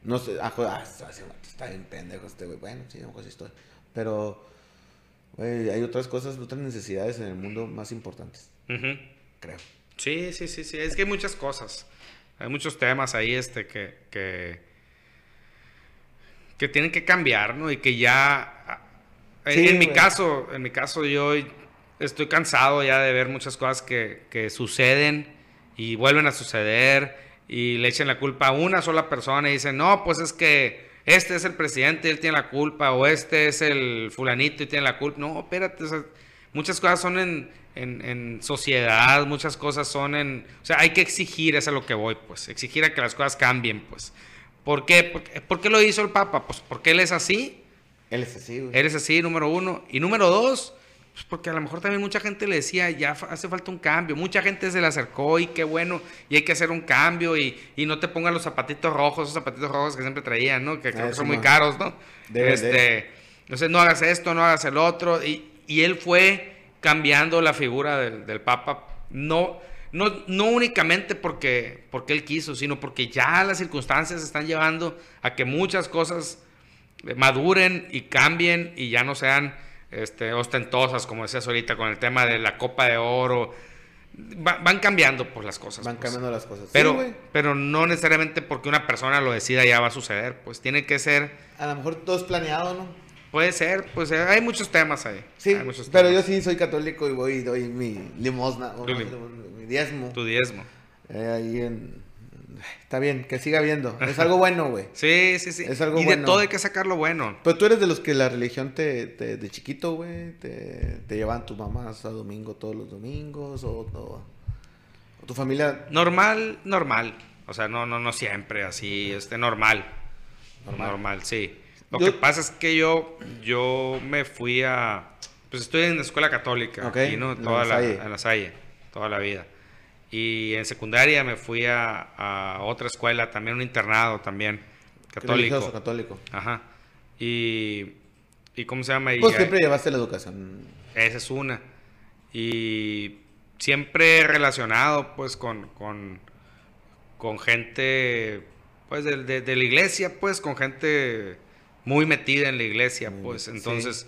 No sé, ah, joder, ah, está está bien pendejo este güey. Bueno, sí, a lo mejor sí estoy. Pero... Güey, hay otras cosas, otras necesidades en el mundo más importantes,
Ujú.
creo.
Sí, sí, sí, sí. Es que hay muchas cosas. Hay muchos temas ahí este que, que, que tienen que cambiar, ¿no? Y que ya. en-
Sí,
en mi
güey.
caso, en mi caso, yo estoy cansado ya de ver muchas cosas que, que suceden y vuelven a suceder y le echan la culpa a una sola persona y dicen, no, pues es que este es el presidente y él tiene la culpa, o este es el fulanito y tiene la culpa. No, espérate, o sea, muchas cosas son en, en- en sociedad, muchas cosas son en... O sea, hay que exigir, es a lo que voy, pues, exigir a que las cosas cambien, pues. ¿Por qué? ¿Por qué, por qué lo hizo el Papa? Pues porque él es así,
Él es así, güey.
eres así, número uno. Y número dos, pues porque a lo mejor también mucha gente le decía, ya fa- hace falta un cambio. Mucha gente se le acercó y qué bueno, y hay que hacer un cambio y, y no te pongan los zapatitos rojos, esos zapatitos rojos que siempre traían, ¿no? Que creo
Ah,
que son
sí,
muy
ma.
caros, ¿no?
Deben de.
este, entonces no hagas esto, no hagas el otro. Y, y él fue cambiando la figura del, del Papa, no, no, no únicamente porque, porque él quiso, sino porque ya las circunstancias están llevando a que muchas cosas maduren y cambien y ya no sean este, ostentosas, como decías ahorita, con el tema de la Copa de Oro. Va- van cambiando por las cosas.
Van
pues.
cambiando las cosas. Sí,
Pero,
güey.
pero no necesariamente porque una persona lo decida ya va a suceder. Pues tiene que ser,
a lo mejor todo es planeado, ¿no?
puede ser, pues eh, hay muchos temas ahí.
Sí,
hay muchos
pero yo
temas.
sí soy católico y voy y doy mi limosna, o
Tu
no,
lim-
mi diezmo.
Tu diezmo.
Eh, ahí en... Está bien, que siga viendo. Es algo bueno, güey.
Sí, sí, sí.
Es algo
y
bueno.
de todo hay que sacar lo bueno.
Pero tú eres de los que la religión te, te- de chiquito, güey, te, te llevan tus mamás a domingo todos los domingos o, o- o tu familia
Normal, normal. O sea, no, no, no siempre así, este, normal. Normal, sí. Lo
Yo-
que pasa es que yo, yo me fui a, pues estoy en la escuela católica,
Ok,
aquí, ¿no?
en la
Toda la,
Salle.
en la Salle, toda la vida. Y en secundaria me fui a, a otra escuela, también un internado también,
religioso,
católico.
católico.
Ajá. Y, y ¿cómo se llama? Y
Pues
ahí-
siempre llevaste la educación.
esa es una. Y siempre relacionado pues con, con, con gente pues de, de- de la iglesia, pues con gente muy metida en la iglesia,
Muy
pues
metida,
entonces...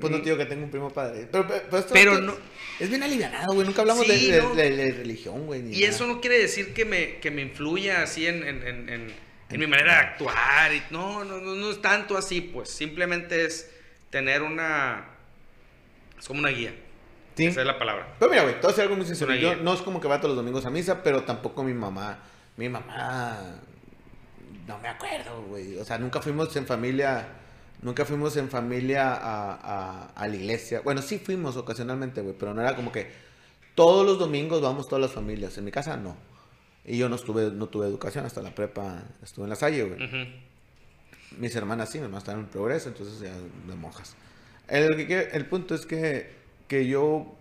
Pues no te digo que tengo un primo padre. Pero, pero, pero esto
Mm. Pero
es-
no-
Es bien alivianado, güey. Nunca hablamos
Sí,
de, de-
no.
de- de religión, güey. ni
Y eso
nada.
no quiere decir que me, que me influya así en, en- en- en- en mi manera de actuar. y- no, no, no, no es tanto así, pues. Simplemente es tener una... Es como una guía.
Sí.
Esa es la palabra.
Pero mira, güey, todo es algo muy sincero.
Una
Yo
guía.
no es como que va todos los domingos a misa, pero tampoco mi mamá. Mi mamá. No me acuerdo, güey. O sea, nunca fuimos en familia. Nunca fuimos en familia a, a- a la iglesia. Bueno, sí fuimos ocasionalmente, güey, pero no era como que todos los domingos vamos todas las familias. En mi casa no. Y yo no estuve, no tuve educación hasta la prepa. Estuve en la salle, güey.
Ujú.
Mis hermanas sí, mi hermana está en progreso, entonces ya de monjas. El, que quiere- el punto es que, que yo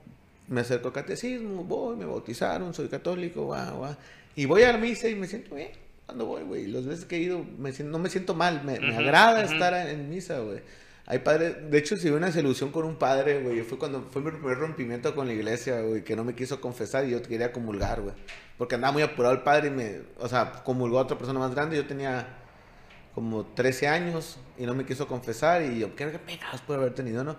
me acerco a catecismo, voy, me bautizaron, soy católico, va, va. Y voy a la misa y me siento bien cuando voy, güey. Las veces que he ido, me siento- no me siento mal, me, me
Ujú,
agrada
ujú.
estar en misa, güey. Hay padres, de hecho, si hubo una solución con un padre, güey, fue cuando fue mi primer rompimiento con la iglesia, güey, que no me quiso confesar y yo quería comulgar, güey. Porque andaba muy apurado el padre y me, o sea, comulgó a otra persona más grande, yo tenía como 13 años y no me quiso confesar y yo, creo que pecados puede haber tenido, no?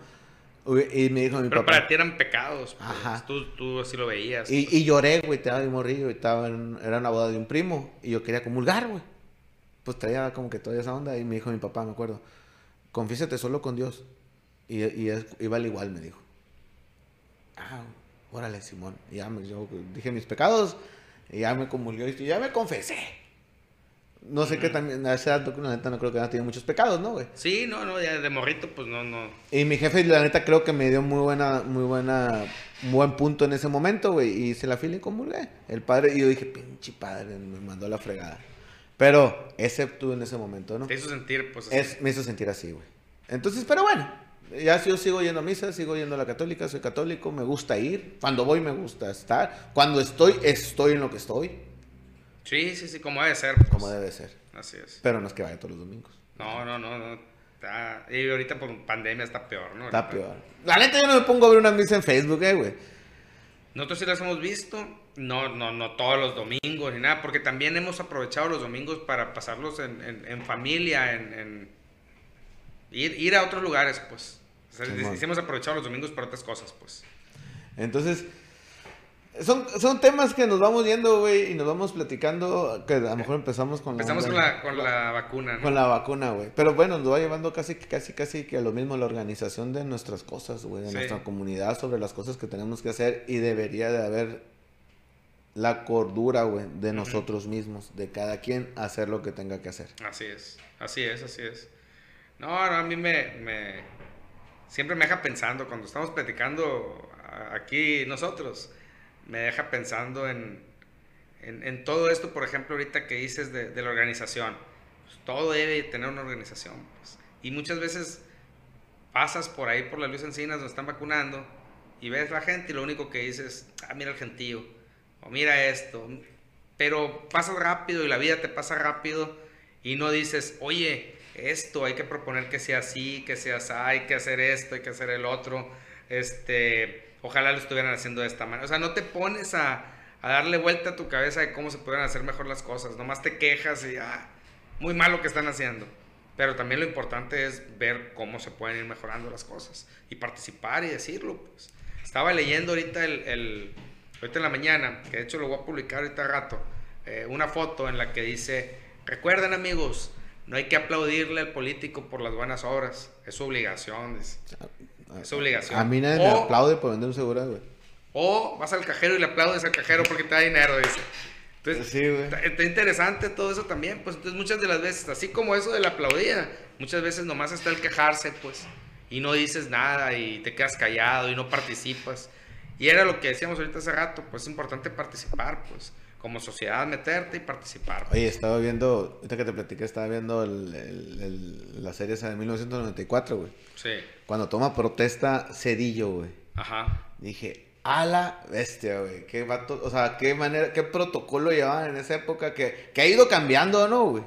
Hubie- Y me dijo mi
Pero
papá.
para ti eran pecados. pues.
Ajá.
Tú, tú así lo veías.
Y, y lloré, güey, estaba bien morrillo, y estaba en- era una boda de un primo y yo quería comulgar, güey. Pues traía como que toda esa onda y me dijo mi papá, me acuerdo, confiésate solo con Dios. Y, y, es- y vale igual, me dijo. Ah, órale, Simón. Y ya me, yo dije mis pecados y ya me comulgó y ya me confesé. No sé qué también, a esa edad, la neta, no creo que haya tenido muchos pecados, ¿no, güey?
Sí, no, no, ya de morrito, pues no, no.
Y mi jefe, la neta, creo que me dio muy buena, muy buena, un buen punto en ese momento, güey. Y hice la fila y comulgué. El padre, y yo dije, pinche padre, me mandó a la fregada. Pero, excepto en ese momento, ¿no?
Te hizo sentir, pues. así.
Es, me hizo sentir así, güey. Entonces, pero bueno, ya si yo sigo yendo a misa, sigo yendo a la católica, soy católico, me gusta ir. Cuando voy, me gusta estar. Cuando estoy, estoy en lo que estoy,
Sí, sí, sí, como debe ser.
como
pues.
debe ser.
Así es.
Pero no es que vaya todos los domingos.
No, no, no, no. está- Y ahorita por pandemia está peor, ¿no?
Está peor. La neta, yo no me pongo a ver una misa en Facebook, eh, güey.
Nosotros sí las hemos visto, no, no, no todos los domingos ni nada, porque también hemos aprovechado los domingos para pasarlos en, en- en familia, en, en ir, ir a otros lugares, pues. O sea,
Simón.
hemos aprovechado los domingos para otras cosas, pues.
Entonces, son, son temas que nos vamos yendo, güey, y nos vamos platicando, que a lo mejor empezamos con la...
Empezamos con la, con la vacuna, ¿no?
Con la vacuna, güey. Pero bueno, nos va llevando casi, casi, casi que a lo mismo la organización de nuestras cosas, güey, de
Sí.
nuestra comunidad, sobre las cosas que tenemos que hacer y debería de haber la cordura, güey, de nosotros mismos, de cada quien hacer lo que tenga que hacer.
Así es, así es, así es. No, no, a mí me, me- Siempre me deja pensando, cuando estamos platicando a- aquí nosotros, me deja pensando en, en, en todo esto, por ejemplo, ahorita que dices de, de la organización. Pues, todo debe tener una organización. pues. Y muchas veces pasas por ahí, por la Luis Encinas, donde están vacunando, y ves la gente y lo único que dices, ah, mira el gentío, o mira esto. Pero pasa rápido y la vida te pasa rápido y no dices, oye, esto hay que proponer que sea así, que sea así, hay que hacer esto, hay que hacer el otro, este, ojalá lo estuvieran haciendo de esta manera. O sea, no te pones a, a darle vuelta a tu cabeza de cómo se pudieran hacer mejor las cosas, nomás te quejas y, ah, muy mal lo que están haciendo. Pero también lo importante es ver cómo se pueden ir mejorando las cosas y participar y decirlo. Pues. Estaba leyendo ahorita, el, el- ahorita en la mañana, que de hecho lo voy a publicar ahorita al rato, eh, una foto en la que dice, recuerden amigos, no hay que aplaudirle al político por las buenas obras, es su obligación. dice. Es obligación.
Ah, A mí nadie me
O-
aplaude por vender un seguro, güey.
O vas al cajero y le aplaudes al cajero porque te da dinero, dice. Entonces,
Sí, güey.
está, está interesante todo eso también, pues entonces muchas de las veces, así como eso de la aplaudida, muchas veces nomás está el quejarse, pues, y no dices nada y te quedas callado y no participas. Y era lo que decíamos ahorita hace rato, pues es importante participar, pues, como sociedad meterte y participar. pues.
Oye, estaba viendo, ahorita que te platiqué, estaba viendo el- el- el- la serie esa de 1994, güey.
Sí,
Cuando toma protesta Cedillo, güey.
ajá,
Dije, a la bestia, güey. Qué vato- o sea, qué manera, qué protocolo llevaban en esa época que, que ha ido cambiando, ¿no, güey?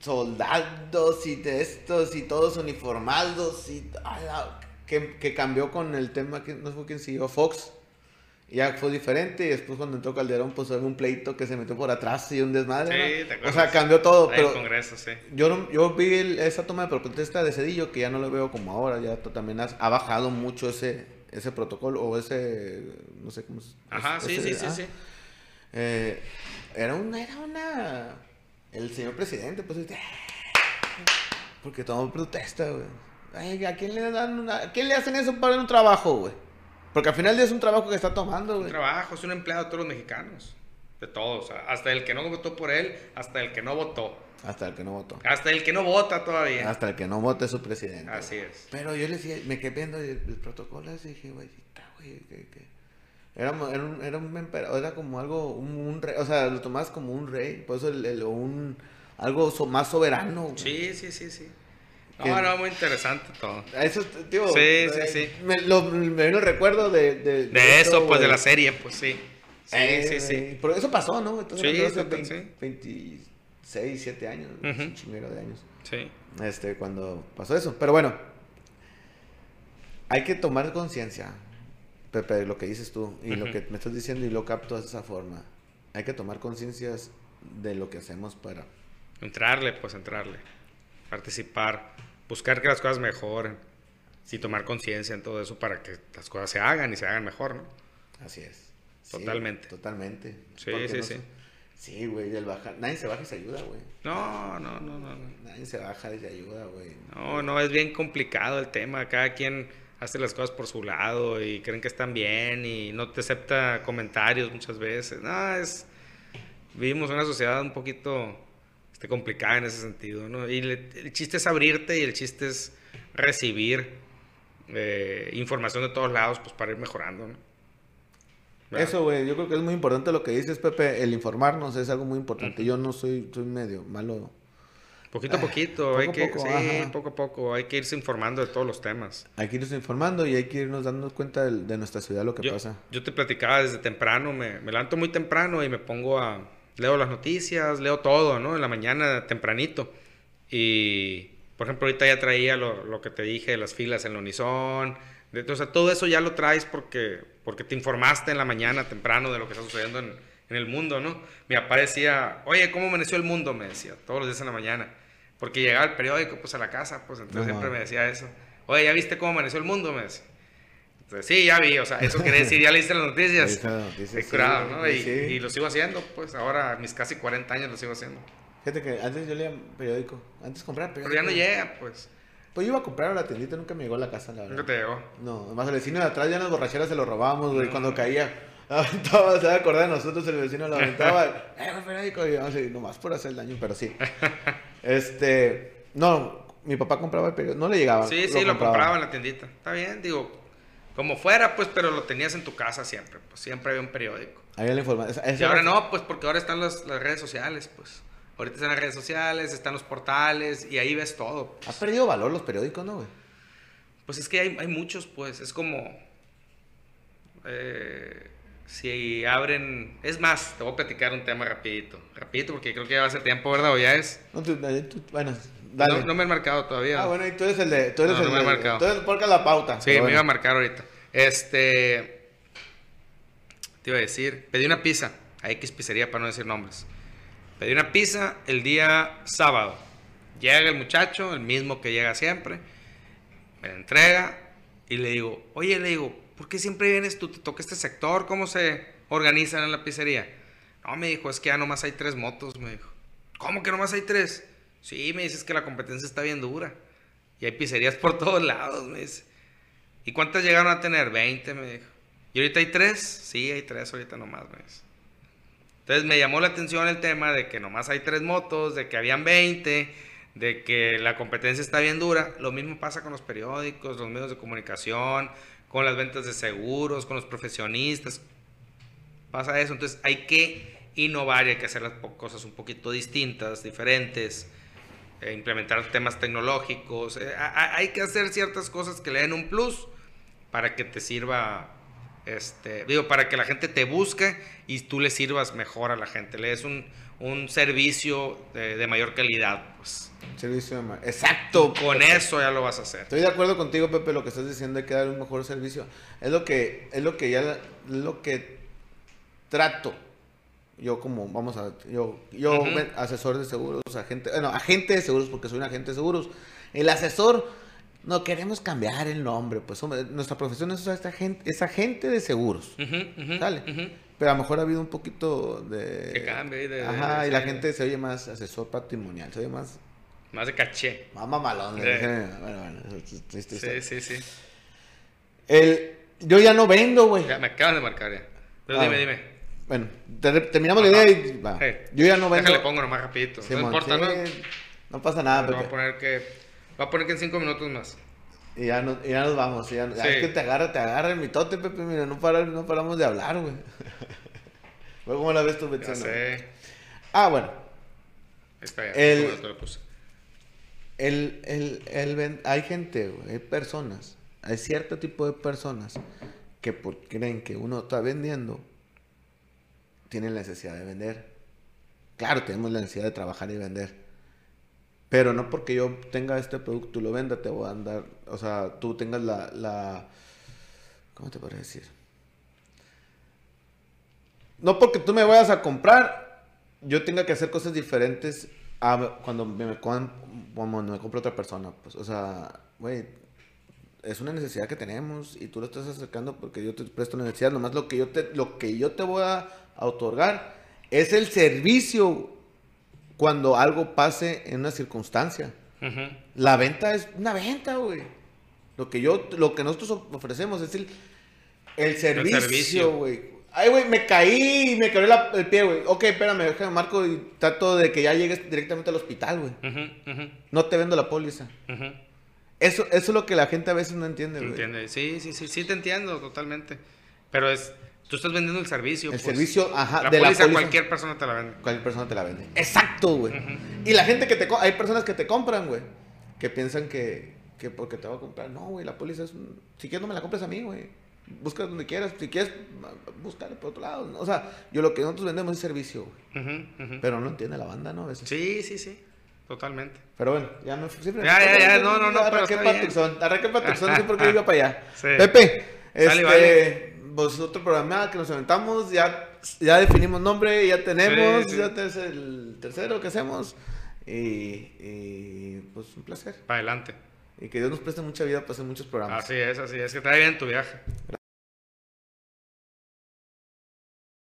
Soldados y de estos y todos uniformados y a la- que, que cambió con el tema que no fue quien siguió Fox. Ya fue diferente y después cuando entró Calderón pues hubo un pleito que se metió por atrás y un desmadre.
Sí,
¿no?
te
o
acuerdas.
sea, cambió todo,
Ahí en
pero
el Congreso, sí.
yo, no- yo vi el- esa toma de protesta de Cedillo que ya no lo veo como ahora, ya to- también has- ha bajado mucho ese, ese protocolo o ese, no sé cómo se
Ajá, sí,
ese-
sí, sí,
ah,
sí.
eh, era una, era una, el señor presidente, pues, este, porque tomó protesta, güey. Ay, ¿a quién le dan una- a quién le hacen eso para un trabajo, güey? Porque al final del día es un trabajo que está tomando,
un
güey.
trabajo, es un empleado de todos los mexicanos. De todos, o sea, hasta el que no votó por él, hasta el que no votó,
Hasta el que no votó.
hasta el que no vota todavía.
Hasta el que no vote su presidente.
Así es.
Pero yo le decía, me quedé viendo el, el protocolo así, dije, güey, está, güey, que, que- Era, mo- era un, era un emperador, era como algo, un, un rey, o sea, lo tomabas como un rey, por eso el, el- o un, algo so- más soberano. güey.
Sí, sí, sí, sí. No,
Que-
no, muy interesante todo.
A Eso, t- tío.
Sí,
eh,
sí, sí.
Me, lo- me vino el recuerdo de... De,
De eso, pues, de
güey.
la serie, pues sí. Sí,
Eh,
sí, sí.
güey, Pero eso pasó, ¿no? Entonces, creo
Sí,
que hace
total,
20
sí.
26, 7 años,
Ujú.
es un chinguero de años.
Sí,
este, cuando pasó eso. Pero bueno, hay que tomar conciencia, Pepe, lo que dices tú y lo
Ujú.
que me estás diciendo y lo capto de esa forma. Hay que tomar conciencias de lo que hacemos para...
entrarle, pues entrarle. Participar, buscar que las cosas mejoren. Sí, tomar conciencia en todo eso para que las cosas se hagan y se hagan mejor, ¿no?
Así es. Sí,
Totalmente.
totalmente.
Sí,
Porque
sí,
no
sí.
sé- Sí, güey, del bajar. Nadie se baja y se ayuda, güey.
No, no, no, no. no.
Nadie se baja y se ayuda, güey.
No, no, es bien complicado el tema. Cada quien hace las cosas por su lado y creen que están bien y no te acepta comentarios muchas veces. No, es. Vivimos una sociedad un poquito este, complicada en ese sentido, ¿no? Y le- el chiste es abrirte y el chiste es recibir eh, información de todos lados, pues para ir mejorando, ¿no? ¿Verdad?
Eso, güey, yo creo que es muy importante lo que dices, Pepe. El informarnos es algo muy importante. Yo no soy, soy medio malo.
Poquito a poquito,
Ah, poco
hay
a
que.
poco,
sí,
ajá.
poco a poco, hay que irse informando de todos los temas.
Hay que irnos informando y hay que irnos dando cuenta del- de, nuestra ciudad lo que
yo,
pasa.
yo te platicaba desde temprano, me, me levanto muy temprano y me pongo a... Leo las noticias, leo todo, ¿no? En la mañana tempranito. Y, por ejemplo, ahorita ya traía lo, lo que te dije, de las filas en la Unison. De, o sea, todo eso ya lo traes porque, porque te informaste en la mañana temprano de lo que está sucediendo en, en el mundo, ¿no? Mi papá decía, oye, ¿cómo amaneció el mundo? Me decía, todos los días en la mañana. Porque llegaba el periódico, pues, a la casa, pues, entonces
No
siempre
mames.
me decía eso. oye, ¿ya viste cómo amaneció el mundo? Me dice. Entonces, sí, ya vi, o sea, eso quiere decir, ya leíste las noticias.
Leíste las noticias,
Qué
sí,
curado, ¿no? Y,
sí.
y lo sigo haciendo, pues ahora a mis casi 40 años lo sigo haciendo.
Fíjate que antes yo leía periódico. Antes compraba
Pero
periódico.
ya no llega, pues.
Pues yo iba a comprar a la tiendita, nunca me llegó a la casa, la
Nunca
verdad.
te llegó.
No, más el vecino de atrás ya en las borracheras se lo robábamos, güey.
No.
Cuando caía, aventaba, se va a acordar de nosotros, el vecino lo aventaba. ¡Eh, güey, periódico! Y vamos, y nomás por hacer daño, pero sí. Este, no, mi papá compraba el periódico, no le llegaba.
Sí, sí, lo compraba en la tiendita. Está bien, digo, como fuera, pues, pero lo tenías en tu casa siempre, pues siempre había un periódico.
Ahí la información.
Y ahora no, pues porque ahora están las, las redes sociales, pues. Ahorita están las redes sociales, están los portales y ahí ves todo.
Ha perdido valor los periódicos, ¿no, güey?
Pues es que hay, hay muchos, pues. Es como. eh, si abren. Es más, te voy a platicar un tema rapidito. Rapidito, porque creo que ya va a ser tiempo, ¿verdad? O ya es.
No, tú- eh, tú- bueno, dale.
No, no me han marcado todavía.
Ah, bueno, y tú eres el de. Tú eres
No,
el
no me
de.
ha marcado.
Tú eres el porca la pauta.
Sí,
pero
me
bueno.
iba a marcar ahorita. Este. Te iba a decir, pedí una pizza. A X pizzería para no decir nombres. Pedí una pizza el día sábado. Llega el muchacho, el mismo que llega siempre. Me la entrega y le digo, oye, le digo, ¿por qué siempre vienes tú? ¿Te toca este sector? ¿Cómo se organizan en la pizzería? No, me dijo, es que ya nomás hay tres motos, me dijo. ¿Cómo que nomás hay tres? Sí, me dices que la competencia está bien dura. Y hay pizzerías por todos lados, me dice. ¿Y cuántas llegaron a tener? 20, me dijo. ¿Y ahorita hay tres? Sí, hay tres ahorita nomás, me dice. Entonces me llamó la atención el tema de que nomás hay tres motos, de que habían 20, de que la competencia está bien dura. Lo mismo pasa con los periódicos, los medios de comunicación, con las ventas de seguros, con los profesionistas. Pasa eso, entonces hay que innovar y hay que hacer las po- cosas un poquito distintas, diferentes, eh, implementar temas tecnológicos. eh, a- a- hay que hacer ciertas cosas que le den un plus para que te sirva, este, digo, para que la gente te busque y tú le sirvas mejor a la gente, le des un, un servicio de, de mayor calidad, pues.
Servicio de mar- Exacto.
Con eso ya lo vas a hacer.
Estoy de acuerdo contigo, Pepe, lo que estás diciendo hay que dar un mejor servicio. Es lo que, es lo que ya, la- es lo que trato. Yo como, vamos a, yo, yo
Ujú.
me- asesor de seguros, agente, bueno, agente de seguros, porque soy un agente de seguros. El asesor, no queremos cambiar el nombre, pues hombre, nuestra profesión es, es, agente, es agente de seguros.
Ujú, ujú,
Sale.
ujú.
Pero a lo mejor ha habido un poquito de...
Que cambie de- de-
Ajá,
de-
y la
sí.
gente se oye más asesor patrimonial, se oye más...
Más de caché.
Más mamalón.
Sí.
¿eh? Bueno, bueno, es- es- es- es-
Sí, sí, sí.
el, yo ya no vendo, güey.
Ya, me acaban de marcar ya. Pero
Ah.
dime, dime.
Bueno, te- terminamos la idea y va.
Hey,
Yo ya no vendo.
Déjale, pongo nomás rapidito.
Sí,
no
mon,
importa,
sí,
¿no?
No pasa nada,
Pero voy a
Pepe.
poner que. Voy a poner que en cinco minutos más.
Y ya, nos, y ya nos vamos. y ya,
Sí.
Es que te agarra, te agarra el mitote, Pepe. Mira, no, para- no paramos de hablar, güey. Güey, ¿Cómo la ves tú,
Ya
Betzano?
sé.
Ah, bueno.
Espera,
El-
cinco minutos lo puse.
El, el, el ven- hay gente, güey, hay personas, hay cierto tipo de personas que por, creen que uno está vendiendo, tienen la necesidad de vender. Claro, tenemos la necesidad de trabajar y vender. Pero no porque yo tenga este producto y lo venda, te voy a andar, o sea, tú tengas la, la ¿cómo te podría decir? No porque tú me vayas a comprar, yo tenga que hacer cosas diferentes a cuando me, me com- cuando me compra otra persona. Pues, o sea, güey, es una necesidad que tenemos y tú lo estás acercando porque yo te presto una necesidad. Nomás lo que yo te, lo que yo te voy a, a otorgar es el servicio cuando algo pase en una circunstancia.
Ujú.
La venta es una venta, güey. Lo que yo, lo que nosotros ofrecemos es el, el
servicio.
servicio, güey. Ay, güey, me caí y me quebré la- el pie, güey. Ok, espérame, déjame marco y trato de que ya llegues directamente al hospital, güey.
Ujú, ujú,
No te vendo la póliza.
ujú.
Eso, eso es lo que la gente a veces no entiende, güey.
Entiende. Sí, sí, sí, sí, te entiendo totalmente. Pero es. Tú estás vendiendo el servicio.
El
pues.
servicio, ajá,
La
de
póliza,
la póliza.
cualquier persona te la vende.
cualquier persona te la vende. Exacto, güey. Y la gente que te... co- Hay personas que te compran, güey. Que piensan que, que porque te va a comprar. No, güey, la póliza es... un- Si quieres no me la compres a mí, güey. Busca donde quieras. Si quieres, buscar por otro lado. O sea, yo lo que nosotros vendemos es servicio, güey.
Ujú, ujú.
Pero no lo entiende la banda, ¿no? A veces.
Sí, sí, sí. Totalmente.
Pero bueno, ya me fui. siempre-
Ya, ya, ya, no, no, no, pero
Arranqué
está
para
bien.
Tucson. Arranqué para Tucson, no sé por qué iba para allá.
Sí.
Pepe, este,
vale.
pues otro programa que nos aventamos, ya, ya definimos nombre, ya tenemos,
Sí, sí.
ya es el tercero que hacemos. Y, y, pues un placer.
Para adelante.
Y que Dios nos preste mucha vida para hacer muchos programas.
Así es, así es. Que te vaya bien en tu viaje.